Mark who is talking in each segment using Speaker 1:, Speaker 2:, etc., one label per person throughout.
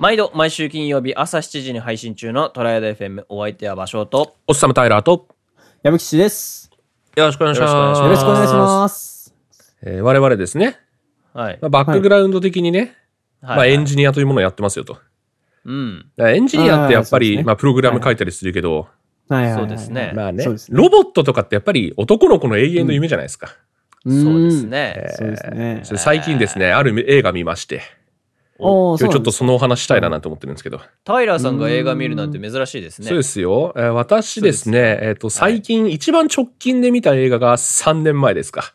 Speaker 1: 毎度、毎週金曜日朝7時に配信中のトライアド FM、お相手は場所と、
Speaker 2: おっさむタイラーと、
Speaker 3: 矢吹です。
Speaker 2: よろしくお願いします。
Speaker 3: よろしくお願いします。
Speaker 2: えー我々ですね、
Speaker 1: はい。
Speaker 2: まあ、バックグラウンド的にね、まあ、エンジニアというものをやってますよと。だか
Speaker 1: うん。
Speaker 2: らエンジニアってやっぱ
Speaker 3: あーそう
Speaker 2: り、
Speaker 3: ですね
Speaker 2: まあ、プログラム書いたりするけど、
Speaker 3: はいはいはい
Speaker 1: そうです。ね。
Speaker 2: まあね
Speaker 3: そうですね
Speaker 2: ロボットとかってやっぱり男の子の永遠の夢じゃないですか。
Speaker 3: ん
Speaker 1: そうです。ね。
Speaker 3: そうですね。
Speaker 2: それ最近ですね、ある映画見まして、
Speaker 3: おー
Speaker 2: 今日ちょっと
Speaker 3: そ
Speaker 2: そのお話したいななんて思ってるんですけど。
Speaker 1: タイラーさんが映画見るなんて珍しいですね。
Speaker 2: そうですよ。えー私ですね、えっ、と、最近、一番直近で見た映画が3年前ですか。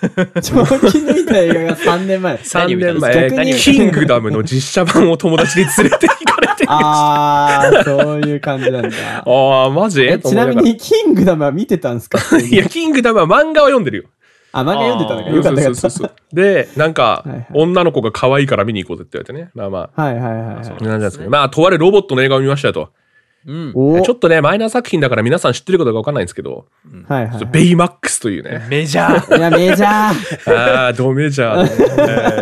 Speaker 3: うなんです。直近で見た映画が3年前。
Speaker 1: 何
Speaker 2: 3
Speaker 1: を見たんで
Speaker 2: 年
Speaker 1: すか
Speaker 2: 前、え
Speaker 3: 逆に
Speaker 2: ーキングダムの実写版を友達に連れて行かれてあ
Speaker 3: あー、そういう感じなん だ。
Speaker 2: あー、マジ
Speaker 3: え
Speaker 2: と
Speaker 3: ち
Speaker 2: 思い
Speaker 3: な
Speaker 2: な
Speaker 3: み
Speaker 2: がら
Speaker 3: に、キングダムは見てたんですか
Speaker 2: いや、キングダムは漫画は読んでるよ。
Speaker 3: あ、漫画読んでたのか。よかったよか
Speaker 2: そう
Speaker 3: っ
Speaker 2: そうそうそうで、なんか、
Speaker 3: はいはい
Speaker 2: 女の子が可愛いから見に行こうぜって言われてね。まあま
Speaker 3: た。はいはいはいは
Speaker 1: そう
Speaker 3: い。
Speaker 2: あ。なんですけどまあ、とあるロボットの映画を見ましたよと。
Speaker 1: うん。
Speaker 3: お
Speaker 2: ちょっとね、マイナー作品だから皆さん知ってることがわかんないんですけど、
Speaker 3: はいは
Speaker 2: ちょっとベイマックスというね。
Speaker 1: メジャー。
Speaker 3: い。いや、メジャー。
Speaker 2: ああ、ドメジャーで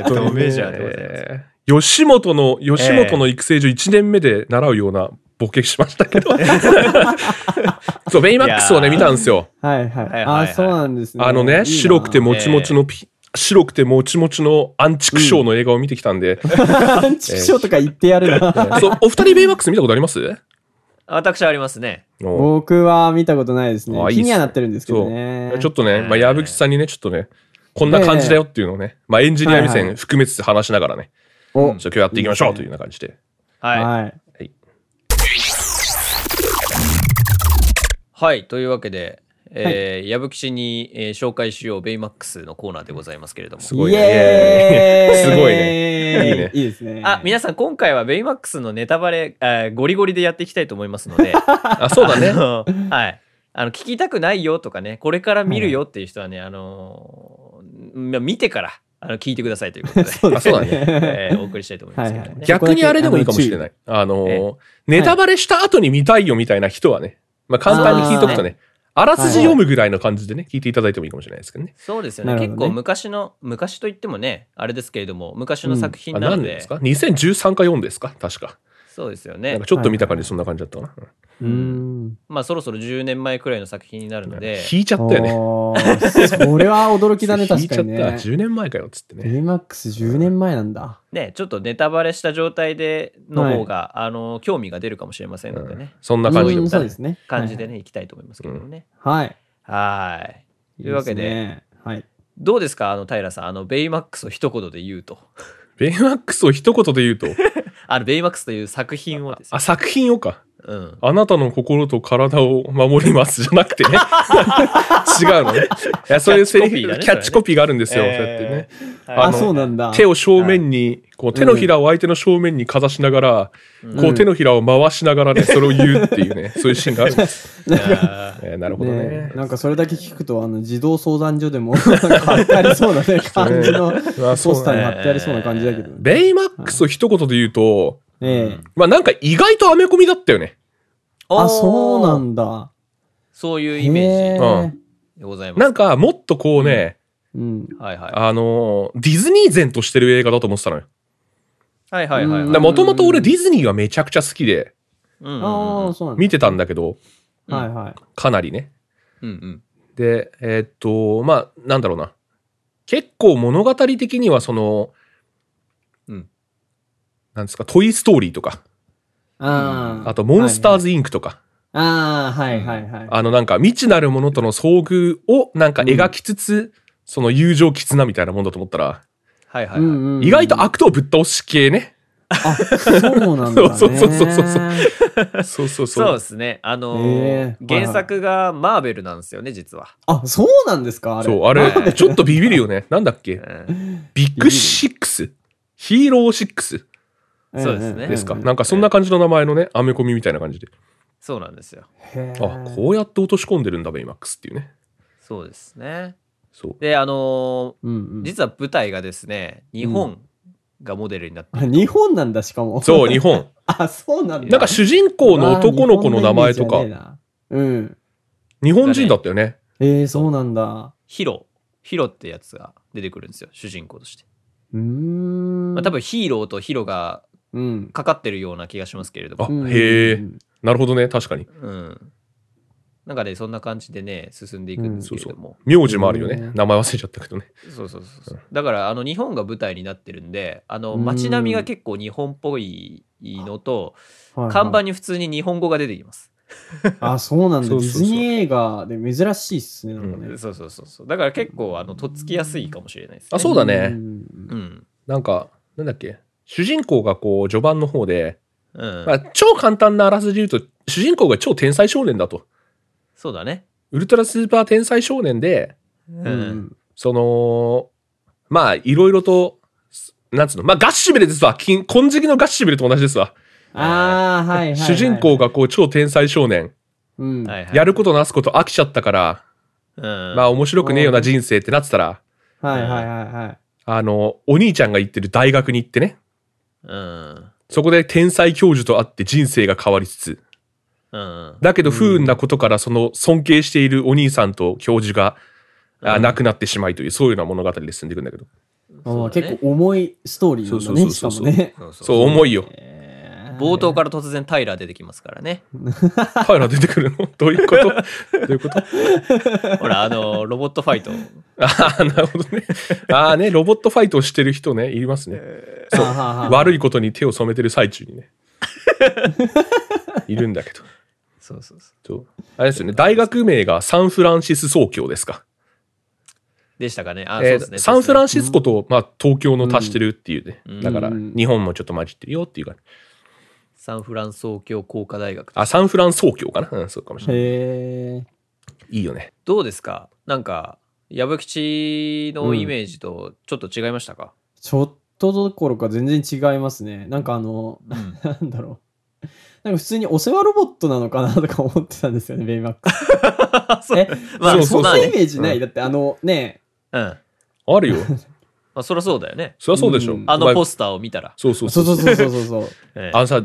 Speaker 2: えー。
Speaker 1: ドメジャーでございます
Speaker 2: えー吉本の、吉本の育成所1年目で習うようなボケしました けど。そう、ベイマックスをね、
Speaker 1: いやー
Speaker 2: 見たんですよ。
Speaker 3: はいはい
Speaker 1: はいはい。はい
Speaker 3: あ、そうなんですね。
Speaker 2: あの
Speaker 3: いい
Speaker 2: ね、
Speaker 3: な
Speaker 2: 白くて。もちもちのピ、白くてもちもちのアンチクショーの映画を見てきたんで、
Speaker 3: アンチクショーとか言ってやるな。
Speaker 2: そう、お二人ベイマックス見たことあります
Speaker 1: 私ありますね。
Speaker 2: お
Speaker 3: 僕は見たことないですね
Speaker 2: あ。いいっすね
Speaker 3: 気にはなってるんですけ
Speaker 2: そ
Speaker 3: ど
Speaker 2: う。
Speaker 3: ね。
Speaker 2: ちょっとね、まあ、
Speaker 1: えー
Speaker 2: 矢吹さんにね、ちょっとね、こんな感じだよっていうのをね、まあ、エンジニア目
Speaker 3: はいは
Speaker 2: 線含めつつ話しながらね、ちょ
Speaker 3: お
Speaker 2: っと今日やっていきましょうというような感じで。
Speaker 1: はい。
Speaker 3: はい。
Speaker 1: はい。というわけで、えー、矢吹氏に、えー紹介しようベイマックスのコーナーでございますけれども。
Speaker 2: すごい
Speaker 3: イ
Speaker 2: ね
Speaker 3: エーイ
Speaker 2: すごいねいいね
Speaker 3: いいですね。
Speaker 1: あ、皆さん今回はベイマックスのネタバレ、えーゴリゴリでやっていきたいと思いますので、
Speaker 2: あ、そ うだね。
Speaker 1: あのはい。あの、聞きたくないよとかね、これから見るよっていう人はね、あのーまあ見てから、あの、聞いてくださいということで、
Speaker 2: あ、そうだね。
Speaker 1: えーお送りしたいと思いますけどね。
Speaker 3: はいはい
Speaker 2: 逆にあれでもいいかもしれない。あの
Speaker 1: え
Speaker 2: ー、ネタバレした後に見たいよみたいな人はね、まあ簡単に聞いとくとね、あらすじ読むぐらいの感じでね、聞いていただいてもいいかもしれないですけどね。
Speaker 1: そうですよね
Speaker 3: なるほど
Speaker 1: 結
Speaker 3: ね
Speaker 1: 構昔の、昔といってもね、あれですけれども、昔の作品
Speaker 2: あ
Speaker 1: な
Speaker 2: 何
Speaker 1: の
Speaker 2: 年で、
Speaker 1: です
Speaker 2: か ?2013 か4ですか確か。
Speaker 1: そうですよ
Speaker 2: な
Speaker 1: ね
Speaker 2: んか。ちょっと見た感じ、そんな感じだったか
Speaker 3: うーん。
Speaker 1: まあ、そろそろ10年前くらいの作品になるの
Speaker 2: な。
Speaker 1: で、
Speaker 2: 引いちゃったよね。
Speaker 3: おーそれは驚きだね、
Speaker 2: 引い
Speaker 3: 確
Speaker 2: ち
Speaker 3: か
Speaker 2: ゃった。
Speaker 3: に ね。
Speaker 2: 10年前かよ、つってね。
Speaker 3: ベイマックス10年前なんだ。
Speaker 1: ね、ちょっとネタバレした状態での方が、あの、興味が出るかもしれませんのでね、
Speaker 2: そんな
Speaker 3: う
Speaker 2: 感じで
Speaker 3: ん
Speaker 2: も
Speaker 3: そうですね。
Speaker 1: 感じでね、いきたいと思いますけどもね。
Speaker 3: はい。
Speaker 1: はい。
Speaker 3: い
Speaker 1: というわけで
Speaker 3: いすね。はい。
Speaker 1: どうですかあの平さんあのベイマックスを一言で言うと
Speaker 2: ベイマックスを一言で言うと、
Speaker 1: あのベイマックスという作品をですよ
Speaker 2: あ、作品をか。
Speaker 1: うん
Speaker 2: あなたの心と体を守りますじゃなくてね。 違うのね。いや、そういうセリフ、
Speaker 1: キャッチコピーだね
Speaker 2: キャッチコピーがあるんですよ。そうやってね
Speaker 1: え。ー
Speaker 2: あ
Speaker 3: あ、
Speaker 2: の
Speaker 3: そうなんだ。
Speaker 2: 手を正面に、こう手のひらを相手の正面にかざしながら、こう手のひらを回しながら ね、それを言うっていうね、そういうシーンがあるんです。
Speaker 1: あ
Speaker 2: えーなるほどね。
Speaker 3: ね、なんかそれだけ聞くとあの児童相談所 でもなんか貼ってありそうな、ね、感じの
Speaker 2: まあ
Speaker 3: ポ
Speaker 2: そうね
Speaker 3: スターに貼ってありそうな感じだけどね。
Speaker 2: ベイマックスを一言で言うと、
Speaker 3: ええ
Speaker 2: まあなんか意外とアメコミだったよね。
Speaker 1: ー
Speaker 3: あそうなんだ。
Speaker 1: そういうイメー
Speaker 3: へ
Speaker 1: ジ
Speaker 2: ー
Speaker 3: え。
Speaker 1: でございます
Speaker 2: なんかもっとこうね、
Speaker 3: うん。
Speaker 1: はいはい
Speaker 2: あのー、ディズニー前としてる映画だと思ってたのよ。
Speaker 1: はいはいはいはい
Speaker 3: うん
Speaker 2: もともと俺ディズニーがめちゃくちゃ好きで
Speaker 1: うんうん
Speaker 3: ああ、そうなんだ。
Speaker 2: 見てたんだけど、
Speaker 3: はいはい。
Speaker 2: かなりね。
Speaker 1: うんうん
Speaker 2: で、えーっと、まあ、なんだろうな。結構物語的にはその、
Speaker 1: うん
Speaker 2: なんですか、トイ・ストーリーとか、
Speaker 3: あー
Speaker 2: あと、モンスター
Speaker 3: はい
Speaker 2: ズ・インクとか、
Speaker 3: ああ、はいはいはい。
Speaker 2: あの、なんか、未知なるものとの遭遇を、なんか描きつつ、その友情絆みたいなもんだと思ったら、
Speaker 1: はいはいはい、
Speaker 3: うんうんうん
Speaker 2: 意外と悪党ぶっ倒し系ね。
Speaker 3: あ、そうなんだ、ね。
Speaker 2: そうそうそうそうそうそうそう
Speaker 1: そう
Speaker 2: そう。
Speaker 1: ですねあの
Speaker 3: へ
Speaker 1: ー
Speaker 3: ー
Speaker 1: 原作がマーベルなんですよね実は、
Speaker 3: あ、そうなんですかあれ。
Speaker 2: そう、あれ、ちょっとビビるよね。なんだっけ
Speaker 1: うん
Speaker 2: ビッグシックスヒーローシックス
Speaker 3: ええ
Speaker 1: そうですね
Speaker 2: ですか。
Speaker 3: ええ
Speaker 2: なんかそんな感じの名前のね、アメコミみたいな感じで。
Speaker 1: そうなんですよ
Speaker 3: へえ
Speaker 2: あ、こうやって落とし込んでるんだ、ベイマックスっていうね。
Speaker 1: そうですね
Speaker 2: そう。
Speaker 1: であの
Speaker 3: うんう
Speaker 1: ー
Speaker 3: ん。
Speaker 1: 実は舞台がですね日本がモデルになって
Speaker 3: あ、日本なんだ、しかも。
Speaker 2: そう、日本。
Speaker 3: あ、そうなんだ。
Speaker 2: なんか主人公の男の子の名前と
Speaker 3: うわ
Speaker 2: か
Speaker 3: ー日本のイメージ、じゃねえなうん。
Speaker 2: 日本人だったよね。
Speaker 3: ええそうなんだ。
Speaker 1: ヒロヒロってやつが出てくるんですよ主人公として、
Speaker 3: うーん。
Speaker 1: まあ、多分ヒーローとヒロが
Speaker 3: うん。
Speaker 1: かかってるような気がしますけれども
Speaker 2: あ、へ
Speaker 3: う
Speaker 2: え。
Speaker 3: ん
Speaker 2: なるほどね。確かに。
Speaker 1: うん。なんかね、そんな感じでね、進んでいくんですけれども。
Speaker 2: 名字もあるよね
Speaker 3: う。ん
Speaker 2: 名前忘れちゃったけどね。
Speaker 1: そうそうそうそう。だから、あの、日本が舞台になってるんで、あの、
Speaker 3: うん
Speaker 1: 街並みが結構日本っぽいのと、
Speaker 3: はいはい
Speaker 1: 看板に普通に日本語が出てきます。
Speaker 3: あ、そうなんだ。デ
Speaker 2: そう
Speaker 3: ィ
Speaker 2: そうそ
Speaker 3: ズ
Speaker 2: う
Speaker 3: ニー映画で珍しいっすね、なんかね。
Speaker 1: そうそうそうそう。だから結構、あの、とっつきやすいかもしれないですね。
Speaker 2: あそうだね
Speaker 3: ん。
Speaker 1: うん。
Speaker 2: なんか、なんだっけ。主人公がこう、序盤の方で、
Speaker 1: うん。
Speaker 2: まあ、超簡単なあらすじ言うと、主人公が超天才少年だと。
Speaker 1: そうだね。
Speaker 2: ウルトラスーパー天才少年で、
Speaker 1: うん。
Speaker 3: う
Speaker 1: うん。
Speaker 3: ん。
Speaker 2: その、まあ、いろいろと、すなんつうの、まあ、ガッシュベルですわ。金金色のガッシュベルと同じですわ。
Speaker 3: ああ、はいはいはい。
Speaker 2: 主人公がこう、超天才少年。
Speaker 3: うん。
Speaker 1: はいはい。
Speaker 2: やることなすこと飽きちゃったから、
Speaker 1: うん。
Speaker 2: まあ、面白くねえよう
Speaker 3: う
Speaker 2: なん人生ってなってたら、
Speaker 3: はいはいはいはい。
Speaker 2: あの、お兄ちゃんが行ってる大学に行ってね、
Speaker 1: うん。
Speaker 2: そこで天才教授と会って人生が変わりつつ、
Speaker 1: うん。
Speaker 2: だけど不運なことからその尊敬しているお兄さんと教授が、あ
Speaker 1: うん
Speaker 2: 亡くなってしまいという、そういうような物語で進んでいくんだけど。
Speaker 3: あ
Speaker 1: そう
Speaker 3: ー
Speaker 1: だね
Speaker 3: 結構重いストーリーなんだね、し
Speaker 2: そ
Speaker 3: か
Speaker 2: うそうそうそ
Speaker 3: も
Speaker 2: う
Speaker 3: ね。
Speaker 1: そうそう
Speaker 2: そう、重いよ。
Speaker 1: 冒頭
Speaker 3: か
Speaker 1: から突然タイラー出てきますから ね。
Speaker 2: パイラ出てくるのどういうことどういうこと
Speaker 1: ほら、あの、ロボットファイト。
Speaker 2: ああ、なるほどね。ああね、ロボットファイトをしてる人ね、いますね。
Speaker 3: ら、そう。
Speaker 2: 悪いことに手を染めてる最中にね。いるんだけど。
Speaker 1: そうそうそう。
Speaker 2: そうあれですよね、大学名がサンフランシス総教ですか。
Speaker 1: でしたかね。あ、
Speaker 2: え
Speaker 1: そうです
Speaker 2: ー
Speaker 1: ね。
Speaker 2: サンフラ
Speaker 1: ン
Speaker 2: ンシスコと、まあ、東京の足してるっていうね、
Speaker 1: うん
Speaker 2: だから
Speaker 3: うん
Speaker 2: 日本もちょっと混じってるよっていうか、
Speaker 1: サンフラン総教工科大学。
Speaker 2: あサンフラン総教かな、うん、そうかもしれない、
Speaker 3: へえ。
Speaker 2: いいよね
Speaker 1: どうですかなんか、矢吹吉のイメージとちょっと違いましたか、
Speaker 3: ちょっとどころか全然違いますね。なんかあの、
Speaker 1: うん
Speaker 3: なんだろう。なんか普通にお世話ロボットなのかなとか思ってたんですよね、ベイマック ス。
Speaker 1: そう
Speaker 3: え
Speaker 1: まあ、
Speaker 2: そう
Speaker 1: そ
Speaker 2: そうう
Speaker 1: ま
Speaker 3: そ
Speaker 1: あ
Speaker 3: ういうイ
Speaker 1: ね。
Speaker 3: メージない。
Speaker 2: うん
Speaker 3: だってあのね、
Speaker 1: うん。ま
Speaker 2: あるよ
Speaker 1: あ、そりゃそうだよね。
Speaker 2: そりゃそうでしょ、
Speaker 3: うん
Speaker 1: あのポ
Speaker 2: ス
Speaker 1: スターを見たら。
Speaker 2: そうそうそ
Speaker 3: そううそうそうそうそうそう。
Speaker 1: ええ
Speaker 2: あのさ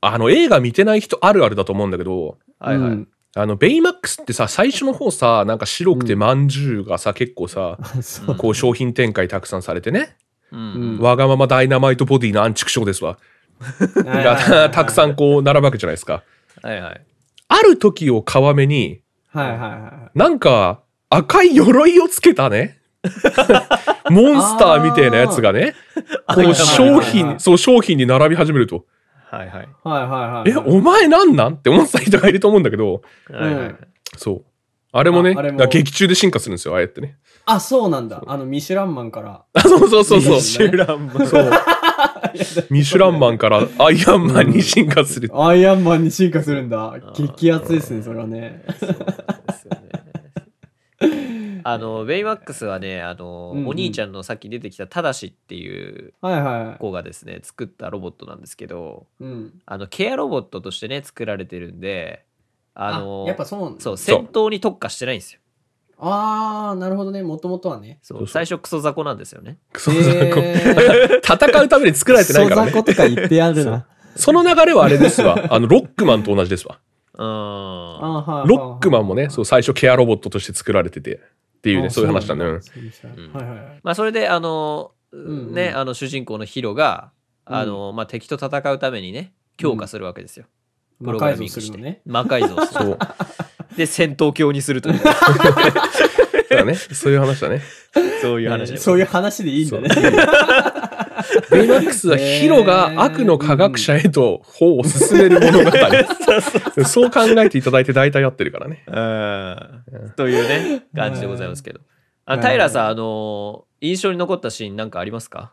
Speaker 2: あの映画見てない人あるあるだと思うんだけど
Speaker 1: はいは
Speaker 3: う
Speaker 1: い。
Speaker 3: ん
Speaker 2: あのベイマックスってさ最初の方さなんか白くてまんじゅうがさ結構さ、
Speaker 3: あそう
Speaker 1: うん
Speaker 2: こう商品展開たくさんされてね、
Speaker 1: うん。
Speaker 2: わがままダイナマイトボディのアンチクショーですわ
Speaker 3: はいはいはいは
Speaker 2: が
Speaker 3: い
Speaker 2: たくさんこう並ぶわけじゃないですか
Speaker 1: はいはい。
Speaker 2: ある時を皮目に
Speaker 3: はいはいは
Speaker 2: なんか、赤い鎧をつけた ね。モンスターみたいなやつがね、こ
Speaker 1: あ
Speaker 2: う商
Speaker 3: はいはいは
Speaker 2: 品、
Speaker 3: い
Speaker 2: そう商品に並び始めると、
Speaker 1: はいはい。
Speaker 3: い。はいはいはい。
Speaker 2: え、お前なんなんって思ってた人がいると思うんだけど、
Speaker 1: はいはいはい。
Speaker 2: そう。あれもね、
Speaker 3: ああれも
Speaker 2: だから劇中で進化するんですよ、ああやってね。
Speaker 3: あ、そうなんだ。あの、ミシュランマンから。
Speaker 2: あ、そうそうそうそう。
Speaker 3: ミシュ
Speaker 2: ランマン。そう。ミシュランマンからアイアンマンに進化する。
Speaker 3: アイアンマンに進化するんだ
Speaker 1: ー。
Speaker 3: 激アツですね、それはね。
Speaker 1: そうなんですよねあのベイマックスはねあの、
Speaker 3: うんうん
Speaker 1: お兄ちゃんのさっき出てきたただしっていう
Speaker 3: はいは
Speaker 1: 子がですね作ったロボットなんですけど
Speaker 3: い。うん。
Speaker 1: あのケアロボットとしてね作られてるんであの
Speaker 3: やっぱそうなんだ
Speaker 1: そう戦闘に特化してないんですよ
Speaker 3: あー、なるほどね。もともとはね。
Speaker 1: そう
Speaker 2: そうそ
Speaker 1: 最
Speaker 2: う
Speaker 1: 初クソ雑魚なんですよね
Speaker 2: クソ雑魚。
Speaker 3: えー
Speaker 2: 戦うために作られてないから
Speaker 3: クソ雑魚
Speaker 2: ね。
Speaker 3: とか言ってやるな。
Speaker 2: その流れはあれですわ。あの、ロックマンと同じですわ。
Speaker 1: うーん
Speaker 3: ロ
Speaker 2: ロックマンもね、そう、最初ケアロボットとして作られててっていうね、そういう話だね。うん
Speaker 1: うん
Speaker 3: はいはいはい。
Speaker 1: まあそれであの、
Speaker 3: んうん
Speaker 1: ねあの主人公のヒロがあの、まあ、敵と戦うためにね強化するわけですよ、プ
Speaker 3: 魔
Speaker 1: ログラ
Speaker 3: 改
Speaker 1: ミン
Speaker 3: 造
Speaker 1: グ
Speaker 3: す
Speaker 1: し
Speaker 3: る
Speaker 1: て
Speaker 3: のね。
Speaker 1: 魔改造する
Speaker 2: そう。
Speaker 1: で戦闘狂にするという
Speaker 2: そうだね。そういう話だね。
Speaker 1: そういう話
Speaker 3: え
Speaker 1: で
Speaker 3: ー
Speaker 1: ご
Speaker 3: そ
Speaker 1: ざい
Speaker 3: ういう
Speaker 1: ます
Speaker 3: 話でいいんだね。
Speaker 2: ベイマックスはヒロが悪の科学者へと法を進める物語。そう考えていただいて大体やってるからね。
Speaker 1: うんというね感じでございますけどあ
Speaker 3: うん
Speaker 1: タイラーさんあの印象に残ったシーンなんかありますか、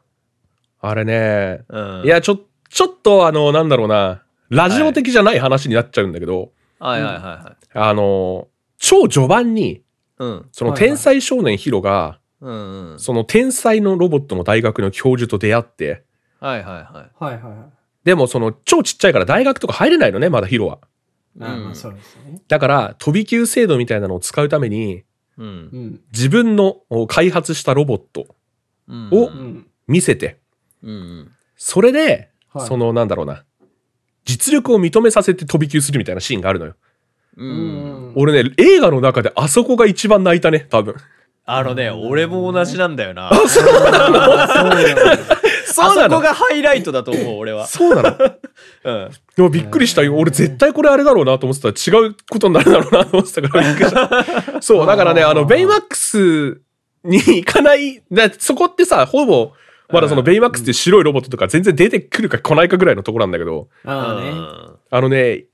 Speaker 2: あれね。
Speaker 1: うん、
Speaker 2: いや、ちょ、ちょっとあの、なんだろうな。ラジオ的じゃない話になっちゃうんだけど、
Speaker 1: はいはいはいはい
Speaker 2: あの、超序盤に、
Speaker 1: うん
Speaker 2: その天才少年ヒロが、
Speaker 1: うんうん
Speaker 2: その天才のロボットの大学の教授と出会って、
Speaker 1: はいはいはい
Speaker 3: はいはいはい。
Speaker 2: でもその超ちっちゃいから大学とか入れないのね、まだヒロは。
Speaker 3: まあま
Speaker 1: うん
Speaker 3: あそうですね。
Speaker 2: だから、飛び級制度みたいなのを使うために、
Speaker 1: うん
Speaker 3: うん。
Speaker 2: 自分のお開発したロボット
Speaker 1: うん
Speaker 2: お
Speaker 3: うん。
Speaker 2: 見せて、
Speaker 1: うん
Speaker 2: それで、
Speaker 3: はい
Speaker 2: その、なんだろうな、実力を認めさせて飛び級するみたいなシーンがあるのよ。
Speaker 1: う
Speaker 3: うんん。
Speaker 2: 俺ね、映画の中であそこが一番泣いたね、多分。
Speaker 1: あのね俺も同じなんだよな
Speaker 3: あーそうなんだ
Speaker 1: あ
Speaker 2: そう
Speaker 1: そ
Speaker 2: な
Speaker 1: こ
Speaker 2: の
Speaker 1: がハイライトだと思う、俺は。
Speaker 2: そうなの
Speaker 1: うん。
Speaker 2: でもびっくりしたよ。俺絶対これあれだろうなと思ってたら違うことになるだろうなと思ってたからびっくりした。そう、だからね、
Speaker 3: あー
Speaker 2: あの、ベイマックスに行かない、だそこってさ、ほぼ、まだそのベイマックスっていう白いロボットとか全然出てくるか来ないかぐらいのところなんだけど、
Speaker 3: ああね。
Speaker 2: あのね、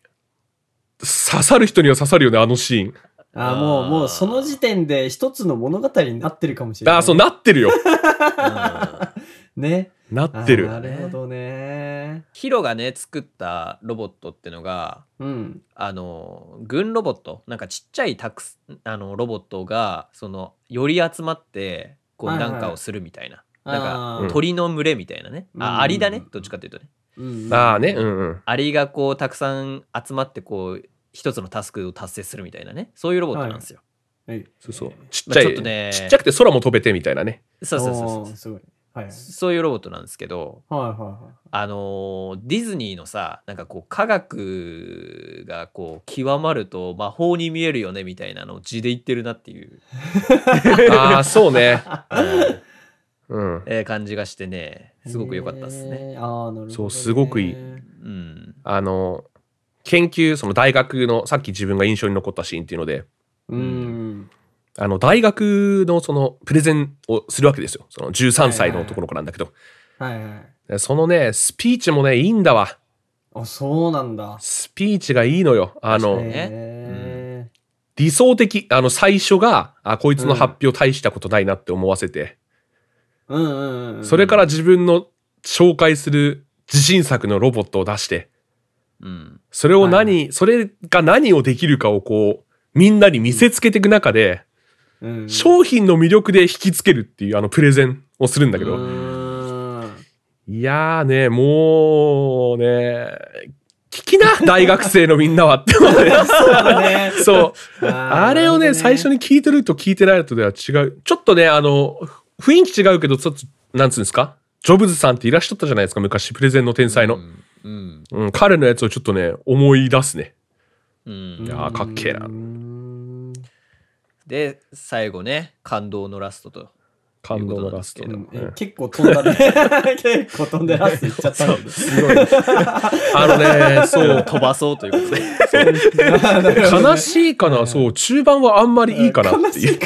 Speaker 2: 刺さる人には刺さるよね、あのシーン。
Speaker 3: ああ、も
Speaker 1: あ
Speaker 3: う、
Speaker 1: ー
Speaker 3: もうその時点で一つの物語になってるかもしれない。
Speaker 2: ああ、そう、なってるよ。
Speaker 1: うん
Speaker 3: ね。
Speaker 2: なって
Speaker 3: あー
Speaker 2: る。
Speaker 3: なるほどね。
Speaker 1: ヒロがね、作ったロボットってのが、
Speaker 3: うん。
Speaker 1: あの、軍ロボット、なんかちっちゃいたくすあのロボットが、その、より集まって、こう、
Speaker 3: はいはい
Speaker 1: なんかをするみたいな。
Speaker 3: あ
Speaker 1: なん
Speaker 3: ー
Speaker 1: か、鳥の群れみたいなね。
Speaker 3: うん
Speaker 1: あ、アリだね。どっちかというとね。
Speaker 3: うんうん
Speaker 2: ああね、うんうん。
Speaker 1: アリがこう、たくさん集まって、こう、一つのタスクを達成するみたいなね。そういうロボットなんですよ。
Speaker 3: はい
Speaker 2: そうそう。ちっちゃい、
Speaker 1: まあちょっとね
Speaker 2: ちっちゃくて空も飛べてみたいなね。
Speaker 1: そうそうそう
Speaker 3: お
Speaker 1: そ
Speaker 3: ー
Speaker 1: う。
Speaker 3: すごい。はい。はい
Speaker 1: そういうロボットなんですけど、
Speaker 3: はいはい。
Speaker 1: あのーディズニーのさなんかこう科学がこう極まると魔法に見えるよねみたいなのを字で言ってるなっていう、
Speaker 2: ああ、 そうね。うん。
Speaker 1: えー感じがしてねすごく良かったですね。
Speaker 3: へー。ああ、なるほど、ね。
Speaker 2: そうすごくいい
Speaker 1: うん
Speaker 2: あの、研究、その大学の、さっき自分が印象に残ったシーンっていうので、
Speaker 3: うん。
Speaker 2: あの、大学のその、プレゼンをするわけですよ。その13歳の男の子なんだけど。
Speaker 3: はいはい。
Speaker 2: でそのね、スピーチもね、いいんだわ。
Speaker 3: あ、そうなんだ。
Speaker 2: スピーチがいいのよ。あ
Speaker 1: 確かに
Speaker 2: の、
Speaker 1: ね
Speaker 3: へ
Speaker 2: 理想的。あの、最初が、あ、こいつの発表大したことないなって思わせて、
Speaker 3: ーうんうんうん。
Speaker 2: それから自分の紹介する自信作のロボットを出して、
Speaker 1: うん
Speaker 2: それを何、それが何をできるかをこう、みんなに見せつけていく中で、
Speaker 3: うん、
Speaker 2: 商品の魅力で引きつけるっていうあのプレゼンをするんだけ
Speaker 3: う
Speaker 2: ど、
Speaker 3: ー ん
Speaker 2: いやーね、もうね、聞きな、大学生のみんなはって思うね
Speaker 3: そうだね。
Speaker 2: そう。
Speaker 3: あー
Speaker 2: あれをね、最初。に聞いてると聞いてないのとでは違う。ちょっとね、あの、雰囲気違うけど、ちょっと、なんつうんですかジョブズさんっていらっしゃったじゃないですか、昔、プレゼンの天才
Speaker 1: う
Speaker 2: の。
Speaker 1: んうん
Speaker 2: うん、彼のやつをちょっとね、思い出すね。
Speaker 1: うん
Speaker 2: いやー、かっけえ
Speaker 3: な
Speaker 2: な
Speaker 3: るほどねう。ん
Speaker 1: で最後ね感動のラストと
Speaker 2: 感動のラスト。
Speaker 1: いう
Speaker 3: うん
Speaker 2: う
Speaker 3: え
Speaker 2: ん
Speaker 3: 結構飛ん だね。結構飛んでラスいっちゃったんだけど。
Speaker 2: すごい。あのね、そう、
Speaker 1: 飛ば そうということで
Speaker 2: 悲しいかな、そう、中盤はあんまりいいかなっていう。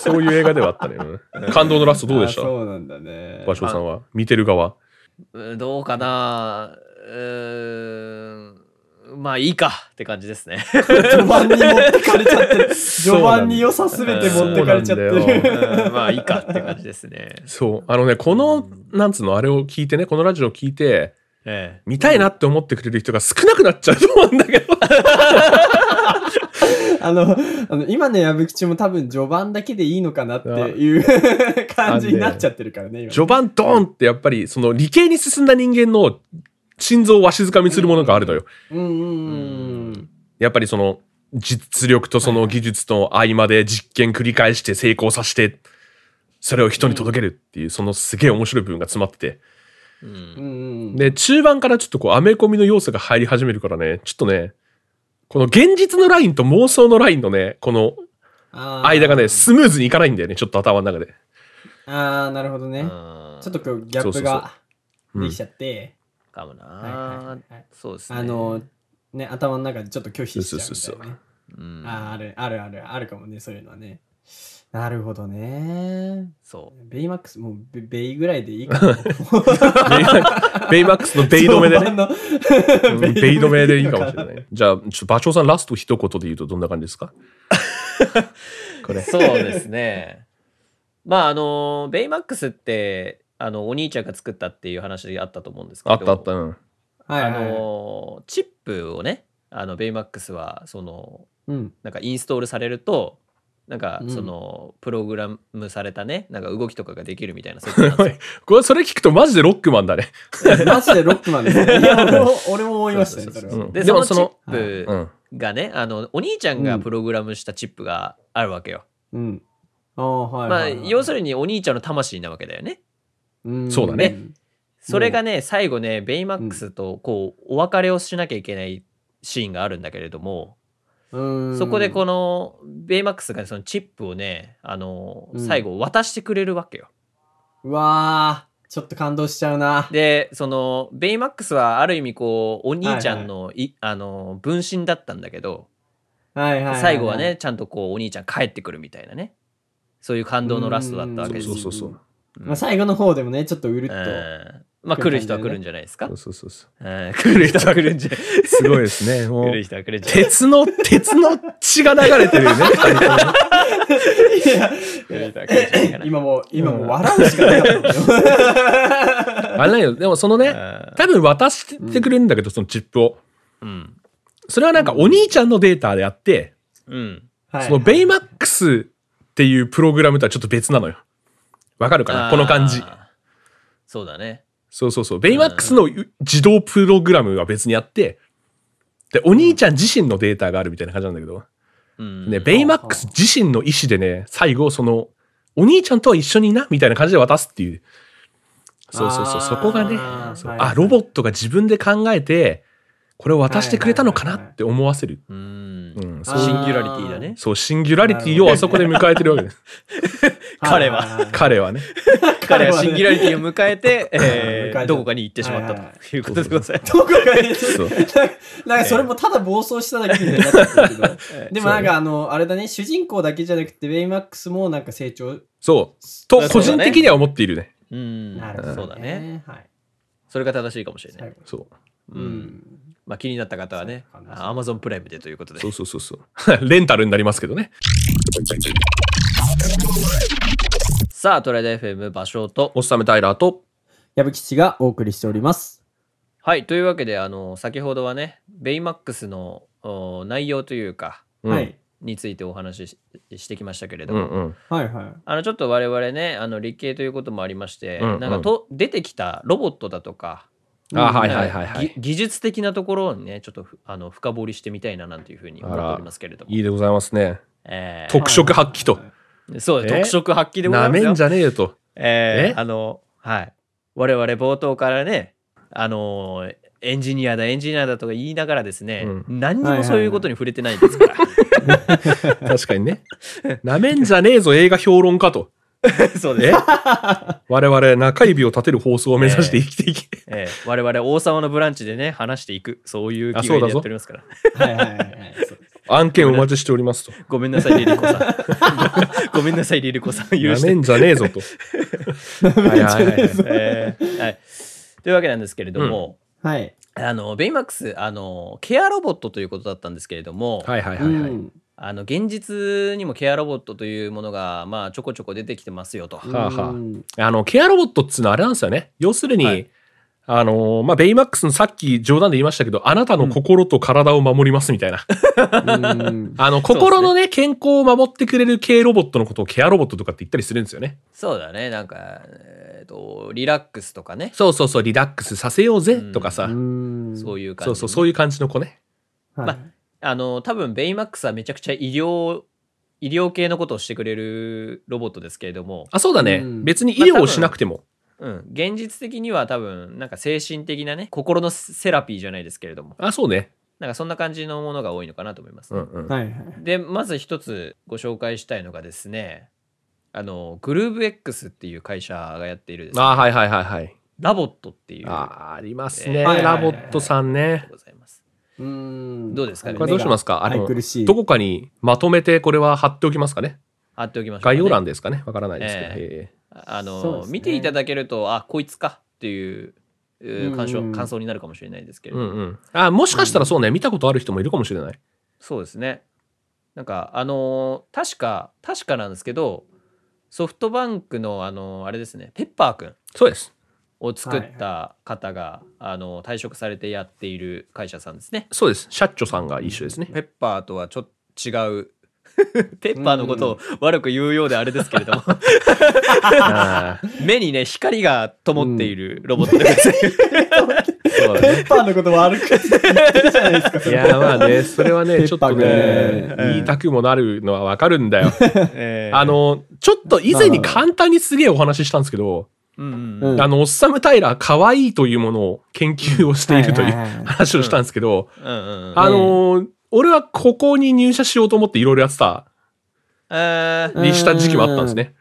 Speaker 2: そういう映画ではあったね。うん感動のラストどうでした
Speaker 3: あそうなんだね。
Speaker 2: 場所さんは。見てる側。
Speaker 1: うんどうかなうーんまあいいかって感じですね。
Speaker 3: 序盤に持ってかれちゃって る。
Speaker 2: うなん
Speaker 3: 序盤に良さすべて持ってかれちゃって
Speaker 2: そうなんだ
Speaker 1: う
Speaker 3: る。
Speaker 1: んまあいいかって感じです ね。
Speaker 2: そう。あのね、この、なんつうの、あれを聞いてね、このラジオを聞いて、
Speaker 1: え
Speaker 2: 見たいなって思ってくれる人が少なくなっちゃうと思うんだけど。
Speaker 3: あの、あの今の矢吹中も多分序盤だけでいいのかなっていう 感じになっちゃってるからね、今。
Speaker 2: 序盤ドーンってやっぱり、その理系に進んだ人間の心臓をわしづかみするものがあるのよ。
Speaker 3: うんうんうん。
Speaker 2: やっぱりその、実力とその技術の合間で実験繰り返して成功させて、それを人に届けるっていう、そのすげえ面白い部分が詰まってて。
Speaker 1: えうん
Speaker 3: うんうん。
Speaker 2: で、中盤からちょっとこう、アメコミの要素が入り始めるからね、ちょっとね、この現実のラインと妄想のラインのね、この
Speaker 3: あー
Speaker 2: 間がね、スムーズにいかないんだよね、ちょっと頭の中で。
Speaker 3: あー、なるほどね。
Speaker 1: ち
Speaker 3: ちょっとこうギャップが
Speaker 2: うん
Speaker 3: できちゃって、
Speaker 1: かもな、
Speaker 3: はいはいはいはい
Speaker 1: そうですね。
Speaker 3: あの、ね、頭の中でちょっと拒否しちゃうみた
Speaker 2: そうそうそ
Speaker 3: い
Speaker 2: う
Speaker 3: なね。
Speaker 1: うん、
Speaker 3: あーあるあるあるあるかもね、そういうのはね。なるほどね。
Speaker 1: そ
Speaker 3: ベイマックス、もうベベイぐらいでいいかな。
Speaker 2: ベイベイマックスのベイ止め でね。 うんベイ止めでいいかもしれない。じゃあ、ちょっと馬長さんラスト一言で言うとどんな感じですかこ
Speaker 1: う。
Speaker 2: れ。
Speaker 1: そうですね。まああのベイマックスってあのお兄ちゃんが作ったっていう話あったと思うんですけど
Speaker 2: あったあった、 うん。
Speaker 3: はいは
Speaker 1: あ
Speaker 3: い
Speaker 1: のチップをねあのベイマックスはその
Speaker 3: うん。
Speaker 1: なんかインストールされるとなんか
Speaker 3: うん
Speaker 1: その、プログラムされたねなんか動きとかができるみたいな設定なんですよ
Speaker 2: これ、それ聞くとマジでロックマンだね。
Speaker 3: マジでロックマン ですね。いや、俺も俺も 思いましたね、それ
Speaker 2: う
Speaker 3: は。
Speaker 2: ん
Speaker 1: で
Speaker 2: で
Speaker 1: そ
Speaker 2: も
Speaker 1: の
Speaker 2: そ
Speaker 1: チ
Speaker 2: の
Speaker 1: ップ
Speaker 2: うん。
Speaker 1: がねあのお兄ちゃん
Speaker 3: う
Speaker 1: が
Speaker 3: ん
Speaker 1: プログラムしたチップがあるわけよ、
Speaker 3: うん。ああ、はい
Speaker 1: ま
Speaker 3: は
Speaker 1: あ
Speaker 3: いはい。
Speaker 1: 要するにお兄ちゃんの魂なわけだよね
Speaker 3: うん
Speaker 2: そうだね。
Speaker 1: それがね最後ねベイマックスとこうお別れをしなきゃいけないシーンがあるんだけれども、
Speaker 3: うん
Speaker 1: そこでこのベイマックスがそのチップをねあの
Speaker 3: うん
Speaker 1: 最後渡してくれるわけよ、
Speaker 3: うわちょっと感動しちゃうな。
Speaker 1: でそのベイマックスはある意味こうお兄ちゃんの,、いあの分身だったんだけど
Speaker 3: はいはいいい
Speaker 1: 最後はね、ちゃんとこうお兄ちゃん帰ってくるみたいなねそういう感動のラストだったわけです
Speaker 2: そうそうそう
Speaker 1: うん
Speaker 3: まあ、最後の方でもね、ちょっとうるっと。
Speaker 1: うんまあ来る人は来るんじゃないですか、
Speaker 2: そうそうそうそう
Speaker 1: うん来る人は来るんじゃ
Speaker 2: すごいです ね。も
Speaker 1: 来
Speaker 2: う
Speaker 1: る人は来るんじゃない
Speaker 2: 鉄の鉄の血が流れてるよね。
Speaker 1: 来る人は来るんじゃない
Speaker 3: いや
Speaker 1: かな
Speaker 3: 今もう、今もう笑うしかなかったもんね
Speaker 2: あれなんよ。でもそのね、多分渡してくれるんだけど、そのチップを。
Speaker 1: うん
Speaker 2: それはなんかお兄ちゃんのデータであって、
Speaker 1: うん
Speaker 3: はい
Speaker 2: そのベイマックスっていうプログラムとはちょっと別なのよ。わかるか
Speaker 1: あー
Speaker 2: なこの感じ。
Speaker 1: そうだね
Speaker 2: そうそうそう。ベイマックスの自動プログラムは別にあって、で、お兄ちゃん自身のデータがあるみたいな感じなんだけど、
Speaker 1: うん
Speaker 2: ね、ベイマックス自身の意思でね、最後、その、お兄ちゃんとは一緒にいな、みたいな感じで渡すっていう。そうそうそう、
Speaker 3: あー
Speaker 2: そこがね、
Speaker 3: はい
Speaker 2: そう
Speaker 3: はい
Speaker 2: あ、ロボットが自分で考えて、これを渡してくれたのかなって思わせる。
Speaker 1: うん
Speaker 2: うん、
Speaker 1: シ
Speaker 2: そう
Speaker 1: ンギュラリティだね
Speaker 2: そう、シンギュラリティをあそこで迎えてるわけです。
Speaker 1: 彼は。
Speaker 3: いいい
Speaker 2: 彼はね。
Speaker 1: 彼はシンギュラリティを迎えて、 え
Speaker 3: 迎え
Speaker 1: ー
Speaker 3: た
Speaker 1: どこかに行ってしまった
Speaker 3: はいは
Speaker 1: ということでございます。
Speaker 3: どこかに
Speaker 2: そう。
Speaker 3: なんかそれもただ暴走しただけみたいになっちゃってるけど。でもなんかあの、あれだね、主人公だけじゃなくて、ベイマックスもなんか成長。
Speaker 2: そ
Speaker 1: そ
Speaker 2: う。
Speaker 1: うだね
Speaker 2: と、個人的には思っているね。
Speaker 1: うん
Speaker 3: なるほど、ね。
Speaker 1: そうだね。。
Speaker 3: はい。
Speaker 1: それが正しいかもしれない。
Speaker 2: そう。
Speaker 1: う
Speaker 3: うんん。
Speaker 1: まあ、気になった方はね、
Speaker 3: そうかな
Speaker 1: アマゾンプライムでということで
Speaker 2: そ。うそうそうそう。 レンタルになりますけどね。
Speaker 1: さあ、トライダー FM 場所と。
Speaker 2: おっさめタイラーと、
Speaker 3: 矢吹吉がお送りしております。
Speaker 1: はい、というわけで、あの、先ほどはね、ベイマックスのお内容というか、
Speaker 2: うん
Speaker 3: はい。
Speaker 1: についてお話しししてきましたけれど
Speaker 2: う
Speaker 1: も、
Speaker 2: んうん。
Speaker 3: はいはい。
Speaker 1: あのちょっと我々ねあの理系ということもありまして、
Speaker 2: うんうん
Speaker 1: なんかと出てきたロボットだとか
Speaker 2: あ、はい
Speaker 1: なんか
Speaker 2: はいはいはい
Speaker 1: ぎ。技術的なところをねちょっとふあの深掘りしてみたいななんていうふうに思っておりますけれども
Speaker 2: いいでございますね。
Speaker 1: えー
Speaker 2: 特色発揮と。
Speaker 1: そう
Speaker 2: え
Speaker 1: 特色発揮でござ
Speaker 2: ない
Speaker 1: ます
Speaker 2: め
Speaker 1: よ
Speaker 2: んじゃねえよと。
Speaker 1: えー
Speaker 2: え
Speaker 1: あのはい我々冒頭からねあのーエンジニアだエンジニアだとか言いながらですね、
Speaker 2: う
Speaker 1: 何にもそういうことに触れてないですから、
Speaker 2: 確かにね。なめんじゃねえぞ映画評論家と。
Speaker 1: そうです
Speaker 2: え我々中指を立てる放送を目指して生きていけ。
Speaker 1: ええ我々王様のブランチでね話していくそういう気概でやっておりますから
Speaker 3: はいはいはいはい。そう
Speaker 2: 案件お待ちしておりますと。
Speaker 1: ごめんなさいリリコさん ごめんなさいリリコさん許
Speaker 2: な
Speaker 1: し
Speaker 2: め
Speaker 1: て、
Speaker 2: んじゃねえぞ と。はいはいはいはい
Speaker 1: ええはい、というわけなんですけれども、
Speaker 3: はい。
Speaker 1: あのベイマックスあのケアロボットということだったんですけれども、
Speaker 2: はい はいは
Speaker 3: う
Speaker 2: いはい。
Speaker 3: ん
Speaker 1: あの現実にもケアロボットというものが、まあ、ちょこちょこ出てきてますよと、
Speaker 2: はあはあ
Speaker 3: うん
Speaker 2: あの、ケアロボットっつうのはあれなんですよね。要するに、
Speaker 1: はい
Speaker 2: あのーまあ、ベイマックスのさっき冗談で言いましたけど、あなたの心と体を守りますみたいな。
Speaker 3: うん
Speaker 2: あ の、
Speaker 1: そうですね
Speaker 2: 心のね、健康を守ってくれるケアロボットのことをケアロボットとかって言ったりするんですよね。
Speaker 1: そうだねなんか、えー、とリラックスとかね、
Speaker 2: そうそうそう、リラックスさせようぜとかさ、
Speaker 3: うん
Speaker 1: そういう感じ
Speaker 2: そうそう、そういう感じの子ね。
Speaker 3: はい
Speaker 1: まあの多分ベイマックスはめちゃくちゃ医療医療系のことをしてくれるロボットですけれども、
Speaker 2: あ、そうだね。
Speaker 3: うん
Speaker 2: 別に医療をしなくても。
Speaker 1: うん、現実的には多分なんか精神的なね心のセラピーじゃないですけれども
Speaker 2: あ、そうね。
Speaker 1: なんかそんな感じのものが多いのかなと思います、
Speaker 2: うんうん。
Speaker 3: はいはい。
Speaker 1: でまず一つご紹介したいのがですねあのグルーブ X っていう会社がやっているですね
Speaker 2: あ、はいはいはいはい。
Speaker 1: ラボットっていう
Speaker 2: あ、ありますね。
Speaker 1: え
Speaker 3: ー
Speaker 2: ラボットさんね。
Speaker 1: ございます
Speaker 3: うん
Speaker 1: どうですかね
Speaker 2: これどうしますかあ
Speaker 3: 愛
Speaker 2: の
Speaker 3: く、るしい。
Speaker 2: どこかにまとめてこれは貼っておきますかね。
Speaker 1: 貼っておきましょうかね、
Speaker 2: 概要欄ですかね。わからないですけど。
Speaker 1: え
Speaker 2: え
Speaker 1: あ
Speaker 3: そうで
Speaker 1: の、
Speaker 3: すね
Speaker 1: 見ていただけるとあこいつかっていうえー感
Speaker 3: うんう
Speaker 1: 想
Speaker 3: ん
Speaker 1: 感想になるかもしれないですけ
Speaker 2: え
Speaker 1: れど、
Speaker 2: うんうん。あ、もしかしたらそうね、見たことある人もいるかもしれない。
Speaker 1: そうですねなんかあのー確か確かなんですけどソフトバンクのあのーあれですねペッパーくん
Speaker 2: そうです。
Speaker 1: を作った方が、あの退職されてやっている会社さんですね。
Speaker 2: そうです。社長さんが一緒ですね。
Speaker 1: ペッパーとはちょっと違う ペッパーのことを悪く言うようであれですけれ ども
Speaker 2: あ ー
Speaker 1: 目にね光が灯っているロボットでござい ます、
Speaker 2: そうだね
Speaker 3: ペッパーのこと悪く言ってるじゃないですか。
Speaker 2: いやまあね、それはね、ち
Speaker 3: ペ
Speaker 2: ょ
Speaker 3: ッ
Speaker 2: っ
Speaker 3: パ
Speaker 2: と
Speaker 3: ー
Speaker 2: ね
Speaker 3: ね、
Speaker 2: 言いたくもなるのはわかるんだよ。
Speaker 1: えー
Speaker 2: あ、の、ちょっと以前に簡単にすげえお話ししたんですけど、
Speaker 1: うんうん
Speaker 3: うん
Speaker 2: あの、オッサム・タイラー、可愛いというものを研究を しているとい
Speaker 3: は
Speaker 2: う
Speaker 3: いはいはい
Speaker 2: 話をしたんですけど、
Speaker 1: うんうんうん
Speaker 2: あの、俺はここに入社しようと思っていろいろやってた、
Speaker 1: えー
Speaker 2: りした時期もあったんですね。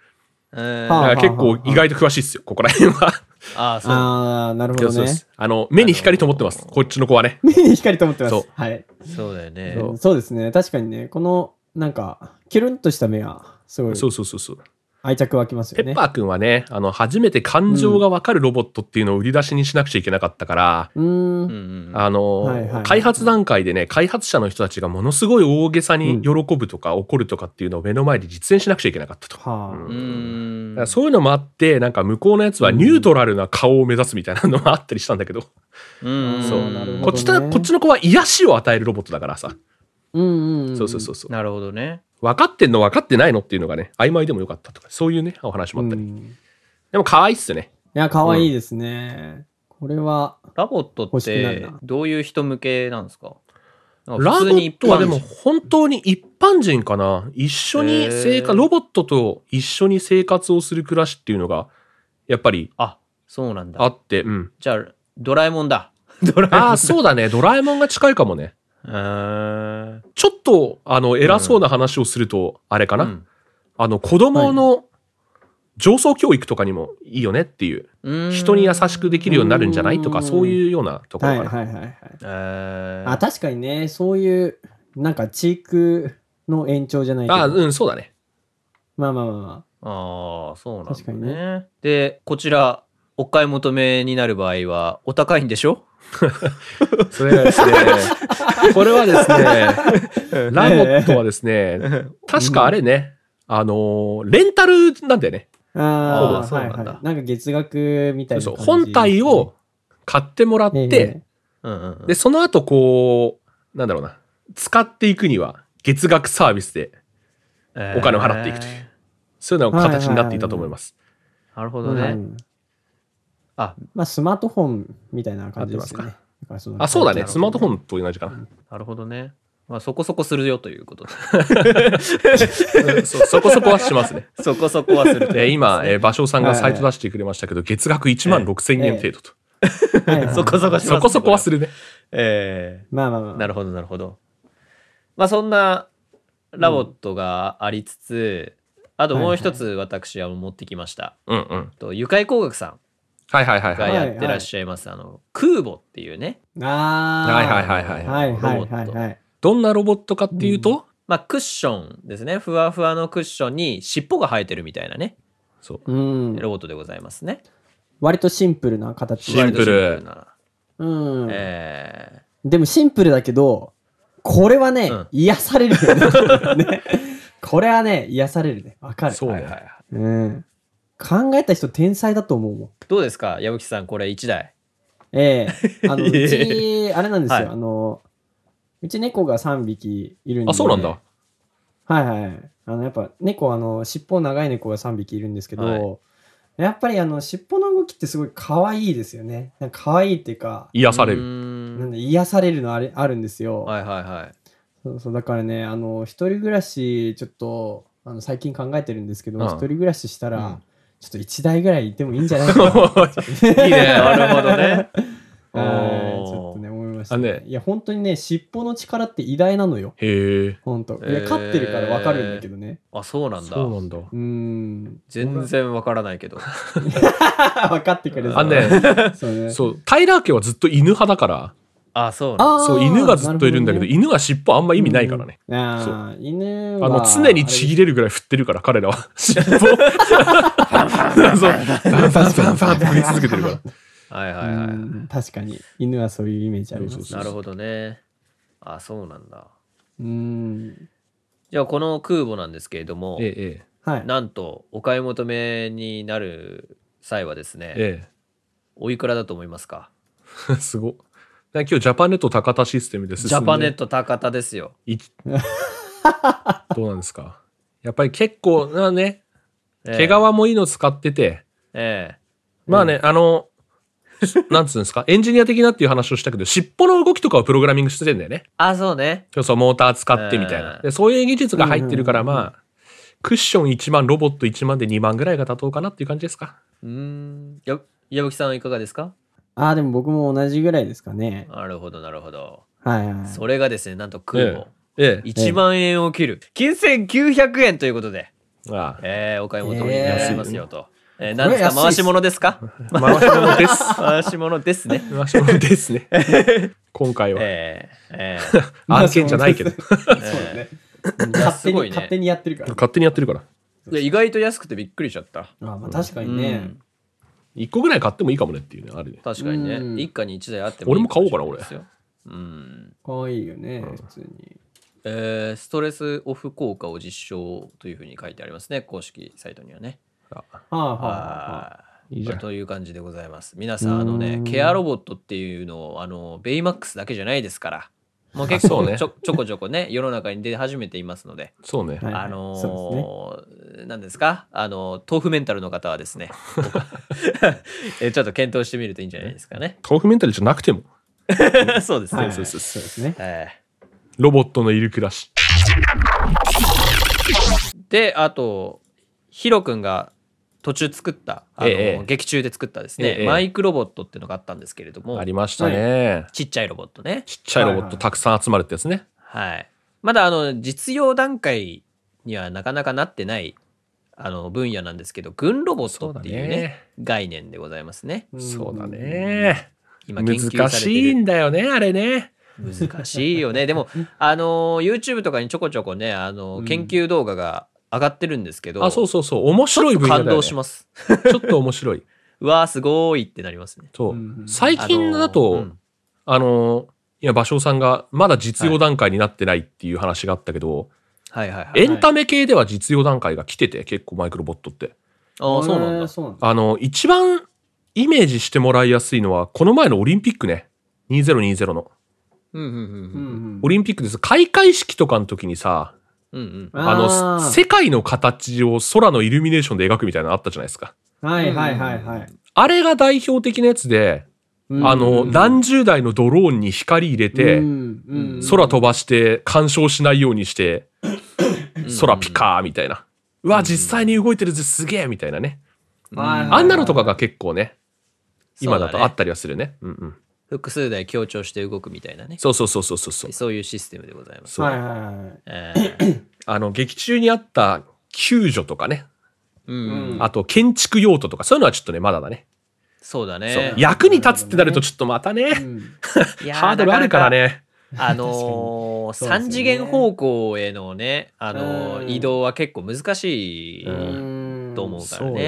Speaker 1: えー
Speaker 2: だ
Speaker 3: は
Speaker 2: か
Speaker 3: あ
Speaker 2: ら結構意外と詳しいっすよ、ここら辺は。
Speaker 1: ああ、そう。
Speaker 3: あー、なるほ
Speaker 2: そう
Speaker 3: ど
Speaker 2: そうで
Speaker 3: ね。
Speaker 2: す。あの、目に光と思ってます。こっちの子はね。
Speaker 3: 目に 光と思ってま
Speaker 2: そう
Speaker 3: す。はい。
Speaker 1: そうだよね。
Speaker 3: そうそうですね。確かにね、この、なんか、キュルンとした目は、すごい
Speaker 2: そうそうそうそう。
Speaker 3: 愛着湧きます
Speaker 2: ペ
Speaker 3: よね。
Speaker 2: ッパーくんはね、あの、初めて感情がわかるロボットっていうのを売り出しにしなくちゃいけなかったから、
Speaker 3: うー
Speaker 1: うん
Speaker 3: ん。
Speaker 1: うん。
Speaker 2: あの、
Speaker 3: はいはい
Speaker 2: 開発段階でね、開発者の人たちがものすごい大げさに喜ぶとか怒るとかっていうのを目の前で実演しなくちゃいけなかったと。
Speaker 3: はあ
Speaker 2: うん
Speaker 1: う
Speaker 2: だ
Speaker 1: ん
Speaker 2: から。そういうのもあって、なんか向こうのやつはニュートラルな顔を目指すみたいなのもあったりしたんだけど、
Speaker 1: うん。
Speaker 2: そう
Speaker 1: なるほ
Speaker 2: こっ
Speaker 1: ど。
Speaker 2: ちとこっちの子は癒しを与えるロボットだからさ。
Speaker 3: うんうん。
Speaker 2: そうそうそうそう。
Speaker 1: なるほどね。
Speaker 2: 分かってんの分かってないのっていうのがね、曖昧でもよかったとか、そういうね、お話もあったり。
Speaker 3: んい
Speaker 2: でも可愛いっすね。
Speaker 3: や、可愛いですね。これは、
Speaker 1: ラボットっ
Speaker 3: 欲しくなる
Speaker 1: て
Speaker 3: な
Speaker 1: どういう人向けなんですかラ
Speaker 2: ラボットはでも本当に一般人かな。一緒に生
Speaker 1: へー
Speaker 2: 活、ロボットと一緒に生活をする暮らしっていうのが、やっぱり
Speaker 1: あそうなん
Speaker 2: あ
Speaker 1: だ。
Speaker 2: って、うん。
Speaker 1: じゃあドラえもんだ。ドラえもん
Speaker 2: ああ、そうだね。ドラえもんが近いかもね。
Speaker 1: あ
Speaker 2: ちょっと、あの、偉そうな話をすると、あれか
Speaker 1: か
Speaker 2: な。あの、子供の上層教育とかにもいいよねっていう。人に優しくできるようになるんじゃな
Speaker 3: う
Speaker 2: い
Speaker 3: ん
Speaker 2: とか、そういうようなところ
Speaker 3: はい
Speaker 2: か
Speaker 3: はい
Speaker 2: な。
Speaker 3: はいはい。
Speaker 1: えー、
Speaker 3: あ、確かにね、そういう、なんか、地域の延長じゃないけど。
Speaker 2: ああ、うん、そうだね。
Speaker 3: まあまあまあま
Speaker 1: あーそうなんだ、ね、
Speaker 3: 確かにね
Speaker 1: でこちらお買い求めになる場合はお高いんでし ょ
Speaker 2: それがですね、 これはですね、ラボットはですね、確かあれね、あのー、レンタルなんだよね。
Speaker 3: あ。あ
Speaker 1: あ
Speaker 3: あ、
Speaker 1: そう
Speaker 3: は
Speaker 1: ないんだ
Speaker 3: はい。なんか月額みた
Speaker 2: そ
Speaker 3: いうな
Speaker 2: そう
Speaker 3: 感
Speaker 2: 本
Speaker 3: じ。
Speaker 2: 体を買ってもらっ
Speaker 3: ええ、
Speaker 2: て、
Speaker 1: うんうんうん
Speaker 2: で、その後こう、なんだろうな、使っていくには月額サービスで、
Speaker 1: え
Speaker 2: お金を払っていくというそういうのが形になっていたと思います。
Speaker 1: なるほ
Speaker 3: う
Speaker 1: ど
Speaker 3: ん
Speaker 1: ね、あ
Speaker 3: まあ、スマートフォンみたいな感じですよね。
Speaker 2: 合っ
Speaker 3: だからその
Speaker 2: あ、そうだね。
Speaker 1: なる
Speaker 2: ス
Speaker 1: ほどね
Speaker 2: マートフォンと同じかな。
Speaker 1: なるほどねまあそこそこするよということで
Speaker 2: そうそこそこはしますね。
Speaker 1: そこそこはすると
Speaker 2: えー今、えー、芭蕉さんが
Speaker 3: はい
Speaker 2: サイト出してくれましたけど、月額1万6千円程度と。
Speaker 3: はいはい
Speaker 1: そこそこしますね
Speaker 2: そこそこはす
Speaker 1: れ
Speaker 2: るね。
Speaker 1: え
Speaker 3: まあまあまあ。
Speaker 1: ーなるほどなるほどまあそんなラボットがありつつ、あともう一つ私は持ってきました、
Speaker 2: うんうん。
Speaker 1: とゆかい工学さん
Speaker 2: はいはいはいは
Speaker 1: が
Speaker 2: い。
Speaker 1: やってらっしゃいます、あの空母っていうね
Speaker 3: ああ。
Speaker 2: はいはいはいはい
Speaker 3: はいは
Speaker 1: ロ
Speaker 3: い
Speaker 1: ボッ
Speaker 3: はい
Speaker 1: ト
Speaker 3: はい。
Speaker 2: どんなロボットかっていうと、
Speaker 1: まあ、クッションですね。ふわふわのクッションに尻尾が生えてるみたいなね、
Speaker 2: そう。
Speaker 3: うん。
Speaker 1: ロボットでございますね。
Speaker 3: 割とシンプルな形
Speaker 2: シンプル
Speaker 1: 割とな。
Speaker 3: うん。
Speaker 1: え
Speaker 3: でもシンプルだけど、これはね、
Speaker 1: うん
Speaker 3: 癒されるよ ねねこれはね、癒されるね。わかる。
Speaker 2: そうね。
Speaker 3: うん。考えた人天才だと思うもん。
Speaker 1: ーどうですか矢吹さん、これ1台。
Speaker 3: ええ あの、う
Speaker 1: いえ
Speaker 3: ち、あれなんですよ。
Speaker 1: はい
Speaker 3: あの、うち猫が3匹いるんで。
Speaker 2: あ、そうなんだ。。
Speaker 3: はいはい。あの、やっぱ猫、あの、尻尾長い猫が3匹いるんですけど、
Speaker 1: は
Speaker 3: やっぱりあの、尻尾の動きってすごい可愛いですよね。なんか可愛いっていうか、
Speaker 2: 癒され
Speaker 1: う
Speaker 2: る。
Speaker 1: ー
Speaker 3: なんんで癒されるのあれあるんですよ。
Speaker 1: はいはいはい。
Speaker 3: そうそう、だからね、あの、一人暮らし、ちょっと、あの、最近考えてるんですけど、
Speaker 2: うん
Speaker 3: 一人暮らししたら、
Speaker 1: うん
Speaker 3: ちょっと一台ぐらいいてもいいんじゃないかな。
Speaker 2: いいね。
Speaker 1: なるほどね。
Speaker 3: はいちょ
Speaker 1: おー
Speaker 3: っとね、思いました、
Speaker 2: あ
Speaker 3: ね
Speaker 2: ね。
Speaker 3: いや、本当にね、尻尾の力って偉大なのよ。
Speaker 2: へえ。
Speaker 3: 本当。い
Speaker 1: え
Speaker 3: や、
Speaker 1: ー
Speaker 3: 飼ってるからわかるんだけどね。
Speaker 1: あ、そうなんだ。
Speaker 2: そうなんだ。
Speaker 3: うーん。
Speaker 1: 全然わからないけど。
Speaker 3: 分かってくれそう
Speaker 2: あのね、
Speaker 3: そうね。
Speaker 2: そう、タイラー家はずっと犬派だから、
Speaker 1: あ、そうなんだ。
Speaker 3: あー
Speaker 2: そう、犬がずっといるんだけど、
Speaker 3: なほ
Speaker 2: 犬は尻尾あんま意味ないからね。
Speaker 3: どねああ、犬は。
Speaker 2: あの、常にちぎれるぐらい振ってるから、彼らは。尻尾。そう、バンバンバンバンって振り続けてるから。
Speaker 1: はい
Speaker 3: あ
Speaker 1: はい
Speaker 3: れ。
Speaker 1: は
Speaker 3: うん確かに。犬はそういうイメージあります。
Speaker 2: そ
Speaker 1: い。
Speaker 2: う
Speaker 1: なるほどね。あ、そうなんだ。
Speaker 3: うーん。
Speaker 1: じゃあ、この空母なんですけれども、
Speaker 2: ええ、
Speaker 3: はい。
Speaker 1: なんと、お買い求めになる際はですね、
Speaker 2: え
Speaker 1: おいくらだと思いますか
Speaker 2: え。 すご。今日ジャパネット高田システムです。
Speaker 1: ジャパネット高田ですよ。
Speaker 2: い どうなんですかやっぱり結構なね、
Speaker 1: ええ
Speaker 2: 毛皮もいいの使ってて、
Speaker 1: え
Speaker 2: まあね、あの、 なんつうんですか、エンジニア的なっていう話をしたけど、尻尾の動きとかをプログラミングしてんだよね
Speaker 1: え。。あ、そうね。
Speaker 2: そうそう、モーター使ってみたいな
Speaker 1: う。ん
Speaker 2: でそういう技術が入ってるから、
Speaker 3: うんうんうん
Speaker 2: まあ、クッション1万、ロボット1万で2万ぐらいが妥当かなっていう感じですか。
Speaker 1: うーん。や、矢吹さんはいかがですか
Speaker 3: ああ、でも僕も同じぐらいですかね。
Speaker 1: なるほど、なるほど。
Speaker 3: はいはい。
Speaker 1: それがですね、なんと空母。
Speaker 2: ええ。
Speaker 1: 1万円を切る。9900円ということで、
Speaker 2: ああ
Speaker 1: えー、お買い求めになりますよと。えー、何ですか
Speaker 3: これ安いっ
Speaker 1: 回
Speaker 3: す
Speaker 1: し物ですか
Speaker 2: 回し物です。
Speaker 1: 回し物です ね。
Speaker 2: 回し物ですね。今回は。
Speaker 1: えー、えー
Speaker 2: 案件じゃないけど。
Speaker 3: そうだ ね。勝
Speaker 1: す
Speaker 3: 手
Speaker 1: ご
Speaker 3: に、
Speaker 1: いね
Speaker 3: 勝手にやってるから。
Speaker 2: 勝手にやってるから。
Speaker 1: いや意外と安くてびっくりしちゃった。
Speaker 3: あまあ確か
Speaker 1: う
Speaker 3: にね
Speaker 1: ん。、
Speaker 2: 一個ぐらい買ってもいいかもねっていうね、あるね。
Speaker 1: 確かに
Speaker 3: う
Speaker 1: ね。
Speaker 3: ん
Speaker 1: 一家に一台あって
Speaker 2: 俺も買おうかな
Speaker 1: もいいもしれいですよ。うん。
Speaker 3: 可愛いよね、
Speaker 2: うん
Speaker 3: 普通に。
Speaker 1: えーストレスオフ効果を実証というふうに書いてありますね。公式サイトにはね。
Speaker 2: あ
Speaker 3: はあ、はあ、はあ。
Speaker 1: はい
Speaker 2: いじゃん
Speaker 1: という感じでございます。皆さん、あの
Speaker 3: う
Speaker 1: ね
Speaker 3: ん、
Speaker 1: ケアロボットっていうのを、あの、ベイマックスだけじゃないですから、もう結
Speaker 2: あそ
Speaker 1: 構
Speaker 2: う
Speaker 1: ちょ,、
Speaker 2: ね
Speaker 1: ちょこちょこね、世の中に出始めていますので、
Speaker 2: そうね。
Speaker 3: はい
Speaker 1: あのー
Speaker 3: そうですね
Speaker 1: 何ですかあの、豆腐メンタルの方はですね、 えちょっと検討してみるといいんじゃないですかね。
Speaker 2: 豆腐メンタルじゃなくても、
Speaker 1: そうです
Speaker 3: は
Speaker 1: ね。
Speaker 3: い
Speaker 2: そうそうそう
Speaker 3: そうですね。
Speaker 1: えー
Speaker 2: ロボットのいる暮らし。
Speaker 1: であとヒロ君が途中作ったあの、
Speaker 2: ええ
Speaker 1: 劇中で作ったですね、
Speaker 2: ええ
Speaker 1: マイクロボットっていうのがあったんですけれども
Speaker 2: ありましたね。
Speaker 1: ちっちゃいロボットね
Speaker 2: ちっちゃいロボットたくさん集まるってやつね。
Speaker 1: はいまだあの実用段階にはなかなかなってないあの分野なんですけど軍ロボットっていうね
Speaker 2: そうだね
Speaker 1: 概念でございますね
Speaker 3: ん
Speaker 2: そうだ。ね。
Speaker 1: 今研究
Speaker 2: 難
Speaker 1: されて
Speaker 2: しい
Speaker 1: る
Speaker 2: んだよね、あれね。
Speaker 1: 難しいよ ねでもあの YouTube とかにちょこちょこねあの
Speaker 3: うん。
Speaker 1: 研究動画が上がってるんですけど、
Speaker 2: あ、そうそうそう。面白い分野だよ
Speaker 1: 感
Speaker 2: ね
Speaker 1: 動します
Speaker 2: ちょっと面白い。
Speaker 1: うわーすごーいってなりますね
Speaker 2: そううん最近
Speaker 1: あ
Speaker 2: だ
Speaker 1: のーう
Speaker 2: と
Speaker 1: ん、
Speaker 2: あの、今、芭蕉さんがまだ実用段階になってないっていう話があったけど、
Speaker 1: はいはいはい
Speaker 2: エンタメ系では実用段階が来てて、結構マイクロボットって。
Speaker 1: ああ、そうなん
Speaker 3: えー
Speaker 1: だ。
Speaker 3: そうなんだ。
Speaker 2: あの、一番イメージしてもらいやすいのは、この前のオリンピックね。2020の。
Speaker 1: うんうんう
Speaker 3: う
Speaker 1: んん
Speaker 3: うん
Speaker 2: オリンピックです。開会式とかの時にさ、
Speaker 1: うん。うん
Speaker 2: あの、
Speaker 3: ー
Speaker 2: 世界の形を空のイルミネーションで描くみたいなのあったじゃないですか。
Speaker 3: はいはいはいはい。
Speaker 2: あれが代表的なやつで、あの、何十台のドローンに光入れて、空飛ばして干渉しないようにして、
Speaker 1: うん。
Speaker 2: 空ピカーみたいな。うわ、実際に動いてるぜ、すげえみたいなね。
Speaker 1: うん。。
Speaker 3: はいはい
Speaker 2: あんなのとかが結構ね、今だとあったたりはするね。うんうん。
Speaker 1: 複数台強調して動くみたいなね。
Speaker 2: そうそうそうそうそうそう。
Speaker 1: そういうシステムでございます。
Speaker 2: そう
Speaker 3: はいはいはい。
Speaker 1: え ー
Speaker 2: あの、劇中にあった救助とかね。
Speaker 1: うんうん。
Speaker 2: あと、建築用途とか、そういうのはちょっとね、まだだね。
Speaker 1: そうだ
Speaker 2: そう
Speaker 1: ね。。
Speaker 2: 役に立つってなると、ちょっとまた
Speaker 3: う
Speaker 2: ね、
Speaker 3: ん
Speaker 1: いや
Speaker 2: ハードルあるから。ね。
Speaker 1: な かなかあのー、
Speaker 3: 確かにそうですよね
Speaker 1: 三次元方向へのね、あのー
Speaker 3: うん
Speaker 1: 移動は結構難しい
Speaker 3: うん
Speaker 1: と思うからね。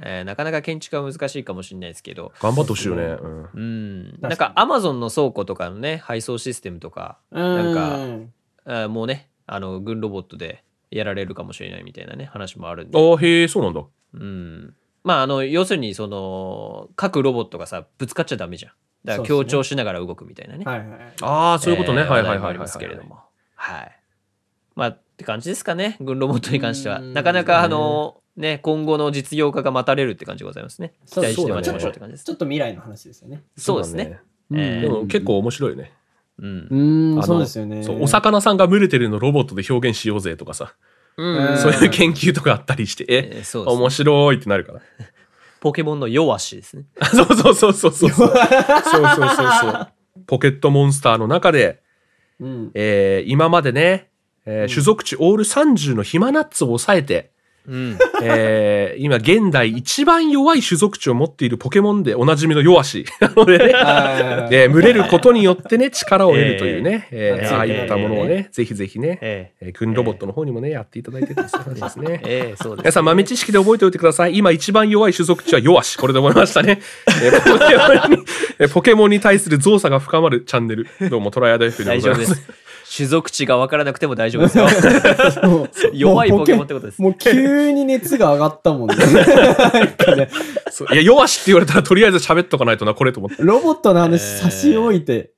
Speaker 1: えーなかなか建築は難しいかもしれないですけど。
Speaker 2: 頑張ってほしいよね。うん
Speaker 1: うん。
Speaker 3: か
Speaker 1: な
Speaker 3: に
Speaker 1: んか、アマゾンの倉庫とかのね、配送システムとか、
Speaker 3: うん
Speaker 1: なんあーもうね、あの、軍ロボットでやられるかもしれないみたいなね、話もあるんで。
Speaker 2: ああ、へえ、そうなんだ。
Speaker 1: うん。まあ、あの、要するに、その、各ロボットがさ、ぶつかっちゃダメじゃん。だから
Speaker 3: そう
Speaker 1: 協
Speaker 3: ですね
Speaker 1: 調しながら動くみたいなね。
Speaker 3: はいはい。
Speaker 2: ああ、そういうこと
Speaker 1: え
Speaker 2: ね。
Speaker 1: ー
Speaker 2: はいは
Speaker 1: 話題
Speaker 2: い
Speaker 1: も
Speaker 2: は
Speaker 1: あ
Speaker 2: い
Speaker 1: り
Speaker 2: は
Speaker 1: ま
Speaker 2: い。
Speaker 1: すけれども。はい。まあ、って感じですかね。軍ロボットに関しては。
Speaker 3: うん
Speaker 1: なかなか、あの、ね、今後の実用化が待たれるって感じでございますね。期
Speaker 3: そう
Speaker 1: 待して待ち
Speaker 2: そうだね
Speaker 1: ましょうって感じです
Speaker 3: ちょ。っと未来の話ですよね。
Speaker 1: そうですね。
Speaker 2: そうだね。
Speaker 1: えー
Speaker 2: でも結構面白いよね。
Speaker 1: うん
Speaker 3: う。ん、
Speaker 2: あの
Speaker 3: そうですよね。
Speaker 2: そう、お魚さんが群れてるのロボットで表現しようぜとかさ、
Speaker 1: うん
Speaker 2: そういう研究とかあったりして、え、
Speaker 1: えーそうですね
Speaker 2: 面白いってなるから。
Speaker 1: ポケモンの弱しですね。
Speaker 2: そうそうそうそうそう。そうそうそう そう。ポケットモンスターの中で、
Speaker 3: うん。
Speaker 2: えー今までね、えー種族地オール30のヒマナッツを抑えて、
Speaker 1: うん。
Speaker 2: えー今 現代一番弱い種族地を持っているポケモンでおなじみの弱 し。なのでね、
Speaker 3: あー
Speaker 2: えー群れることによってね、力を得るというね、えー
Speaker 1: えー
Speaker 2: ああいったものをね、ぜひぜひね、
Speaker 1: え
Speaker 2: えー軍ロボットの方にもね、やっていただいてですねですね
Speaker 1: ー、。えーそうですね
Speaker 2: 皆さん豆知識で覚えておいてください。今一番弱い種族地は弱し。これで思いましたね。えーポケモンにえーポケモンに対する増作が深まるチャンネル。どうも、トライアド F でご
Speaker 1: 大
Speaker 2: ざ
Speaker 1: 丈
Speaker 2: い
Speaker 1: 夫
Speaker 2: ま。
Speaker 1: ですす。種族値が分からなくても大丈夫ですよ。
Speaker 3: もう
Speaker 1: 弱いポケモンってことです
Speaker 3: もう急に熱が上がったもんね。なんかね
Speaker 2: そういや、弱しって言われたらとりあえず喋っとかないとな、これと思って。
Speaker 3: ロボットの話差し置いて。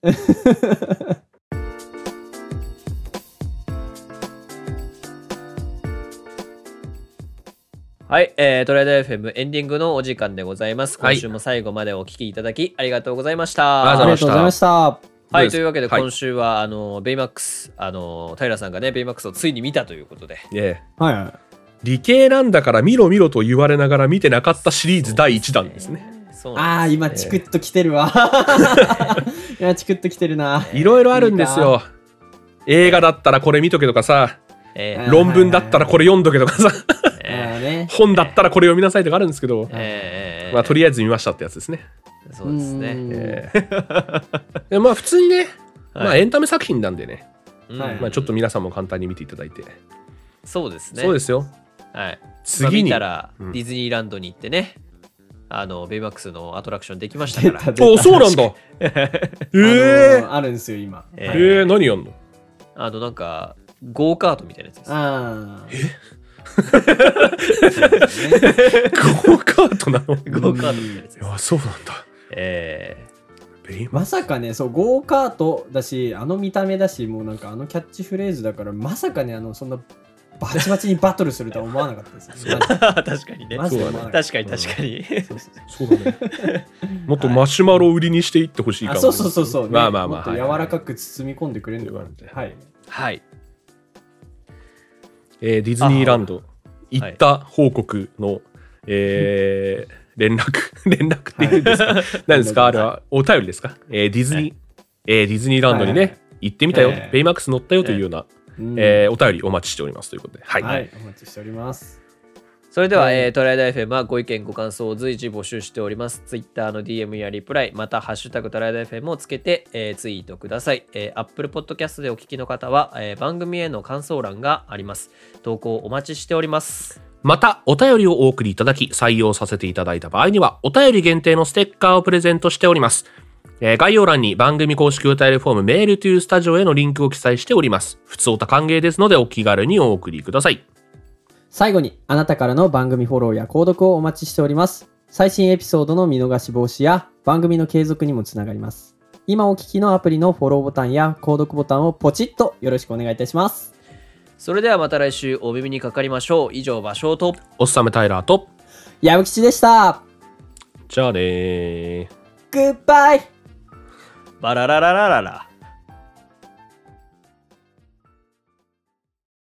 Speaker 1: はい、えー、トライダー FM エンディングのお時間でございます。
Speaker 2: はい
Speaker 1: 今週も最後までお聞きいただきありがとうございました。
Speaker 2: あり
Speaker 3: ありがとうございました。
Speaker 1: はい、
Speaker 2: どうです
Speaker 1: というわけで
Speaker 2: はい
Speaker 1: 今週は、あのベイマックス、あの平さんがねベイマックスをついに見たということで、
Speaker 2: ええ
Speaker 3: はいはい。
Speaker 2: 理系なんだから見ろ見ろと言われながら見てなかったシリーズ第1弾ですね。
Speaker 1: そうなん
Speaker 3: ああ、今、チクッと来てるわ。今、チクッと来てるな。
Speaker 2: いろいろあるんですよ。映画だったらこれ見とけとかさ、
Speaker 1: です。え
Speaker 3: え
Speaker 1: ー
Speaker 3: ー
Speaker 2: 論文だったらこれ読んどけとかさ、
Speaker 3: あーね。
Speaker 2: 本だったらこれ読みなさいとかあるんですけど、
Speaker 1: ええ
Speaker 2: まあ、とりあえず見ましたってやつですね。
Speaker 1: そうです
Speaker 3: うん
Speaker 1: ね。
Speaker 2: えーでまあ普通にね、まあ、エンタメ作品なんでね、
Speaker 1: うん
Speaker 3: はい
Speaker 2: まあ、ちょっと皆さんも簡単に見ていただいて、
Speaker 1: そうですね。
Speaker 2: そうですよ
Speaker 1: はい。
Speaker 2: 次に
Speaker 1: まあ見たら、
Speaker 2: うん
Speaker 1: ディズニーランドに行ってね、あの、ベイマックスのアトラクションできました
Speaker 3: 出
Speaker 1: か
Speaker 3: た
Speaker 1: ら。
Speaker 3: 出た
Speaker 2: おそう なんだえ
Speaker 3: あのー
Speaker 2: ー、
Speaker 3: あるんですよ、今。
Speaker 1: え
Speaker 2: え
Speaker 1: ー
Speaker 2: ー、何やんの
Speaker 1: あの、なんか、ゴーカートみたいなやつです。
Speaker 3: ああ。
Speaker 2: ゴーカー トなのい
Speaker 1: ゴーカートみたいなやつです。
Speaker 2: やそうなんだ
Speaker 1: え
Speaker 2: ベイマ
Speaker 3: まさかね、そう、ゴーカートだし、あの見た目だし、もうなんかあのキャッチフレーズだから、まさかね、あの、そんなバチバチにバトルするとは思わなかった です
Speaker 1: ー
Speaker 3: よ。
Speaker 1: 確かにね。
Speaker 3: マジで思わなかった
Speaker 1: 確かに確かに。
Speaker 2: そうだねもっとマシュマロを売りにしていってほしいか
Speaker 3: あ
Speaker 2: も
Speaker 3: そうそうそうそう、ね
Speaker 2: まあまあまあ
Speaker 3: もっと柔らかく包み込んでくれる
Speaker 2: という
Speaker 3: のか
Speaker 2: 感じで
Speaker 3: はい。
Speaker 1: はい。
Speaker 2: えーディズニーランド行った報告の、えー連絡 連絡っていうんですか、何ですかあれはお便りですか、えーディズニー、えーディズニーランドにね、
Speaker 3: はい
Speaker 2: 行ってみたよ、
Speaker 3: ええ
Speaker 2: ベイマックス乗ったよというような、
Speaker 3: うん
Speaker 2: えーお便りお待ちしておりますということではい、
Speaker 3: はい、お待ちしております。
Speaker 1: それでは、
Speaker 3: はい
Speaker 1: えートライアダ FM はご意見、ご感想を随時募集しております。Twitter の DM やリプライ、また、ハッシュタグトライアダ FM をつけて、えーツイートください。えー Apple Podcast でお聞きの方は、えー番組への感想欄があります。投稿お待ちしております。
Speaker 2: またお便りをお送りいただき採用させていただいた場合にはお便り限定のステッカーをプレゼントしております、えー概要欄に番組公式お便りフォームメールというスタジオへのリンクを記載しております普通おた歓迎ですのでお気軽にお送りください
Speaker 3: 最後に、あなたからの番組フォローや購読をお待ちしております。最新エピソードの見逃し防止や番組の継続にもつながります。今お聞きのアプリのフォローボタンや購読ボタンをポチッとよろしくお願いいたします。
Speaker 1: それではまた来週お耳にかかりましょう。以上、場所と。
Speaker 2: おっさめタイラーと
Speaker 3: 矢吹吉でした。
Speaker 2: じゃあねー
Speaker 3: グッバイ
Speaker 1: バララララララ。